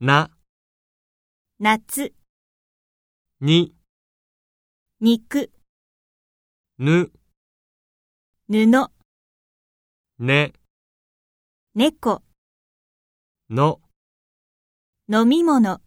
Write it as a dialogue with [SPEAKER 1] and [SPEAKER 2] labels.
[SPEAKER 1] な、
[SPEAKER 2] 夏、
[SPEAKER 1] に、
[SPEAKER 2] 肉、
[SPEAKER 1] ぬ、
[SPEAKER 2] 布、
[SPEAKER 1] ね、
[SPEAKER 2] 猫、
[SPEAKER 1] の。
[SPEAKER 2] 飲み物。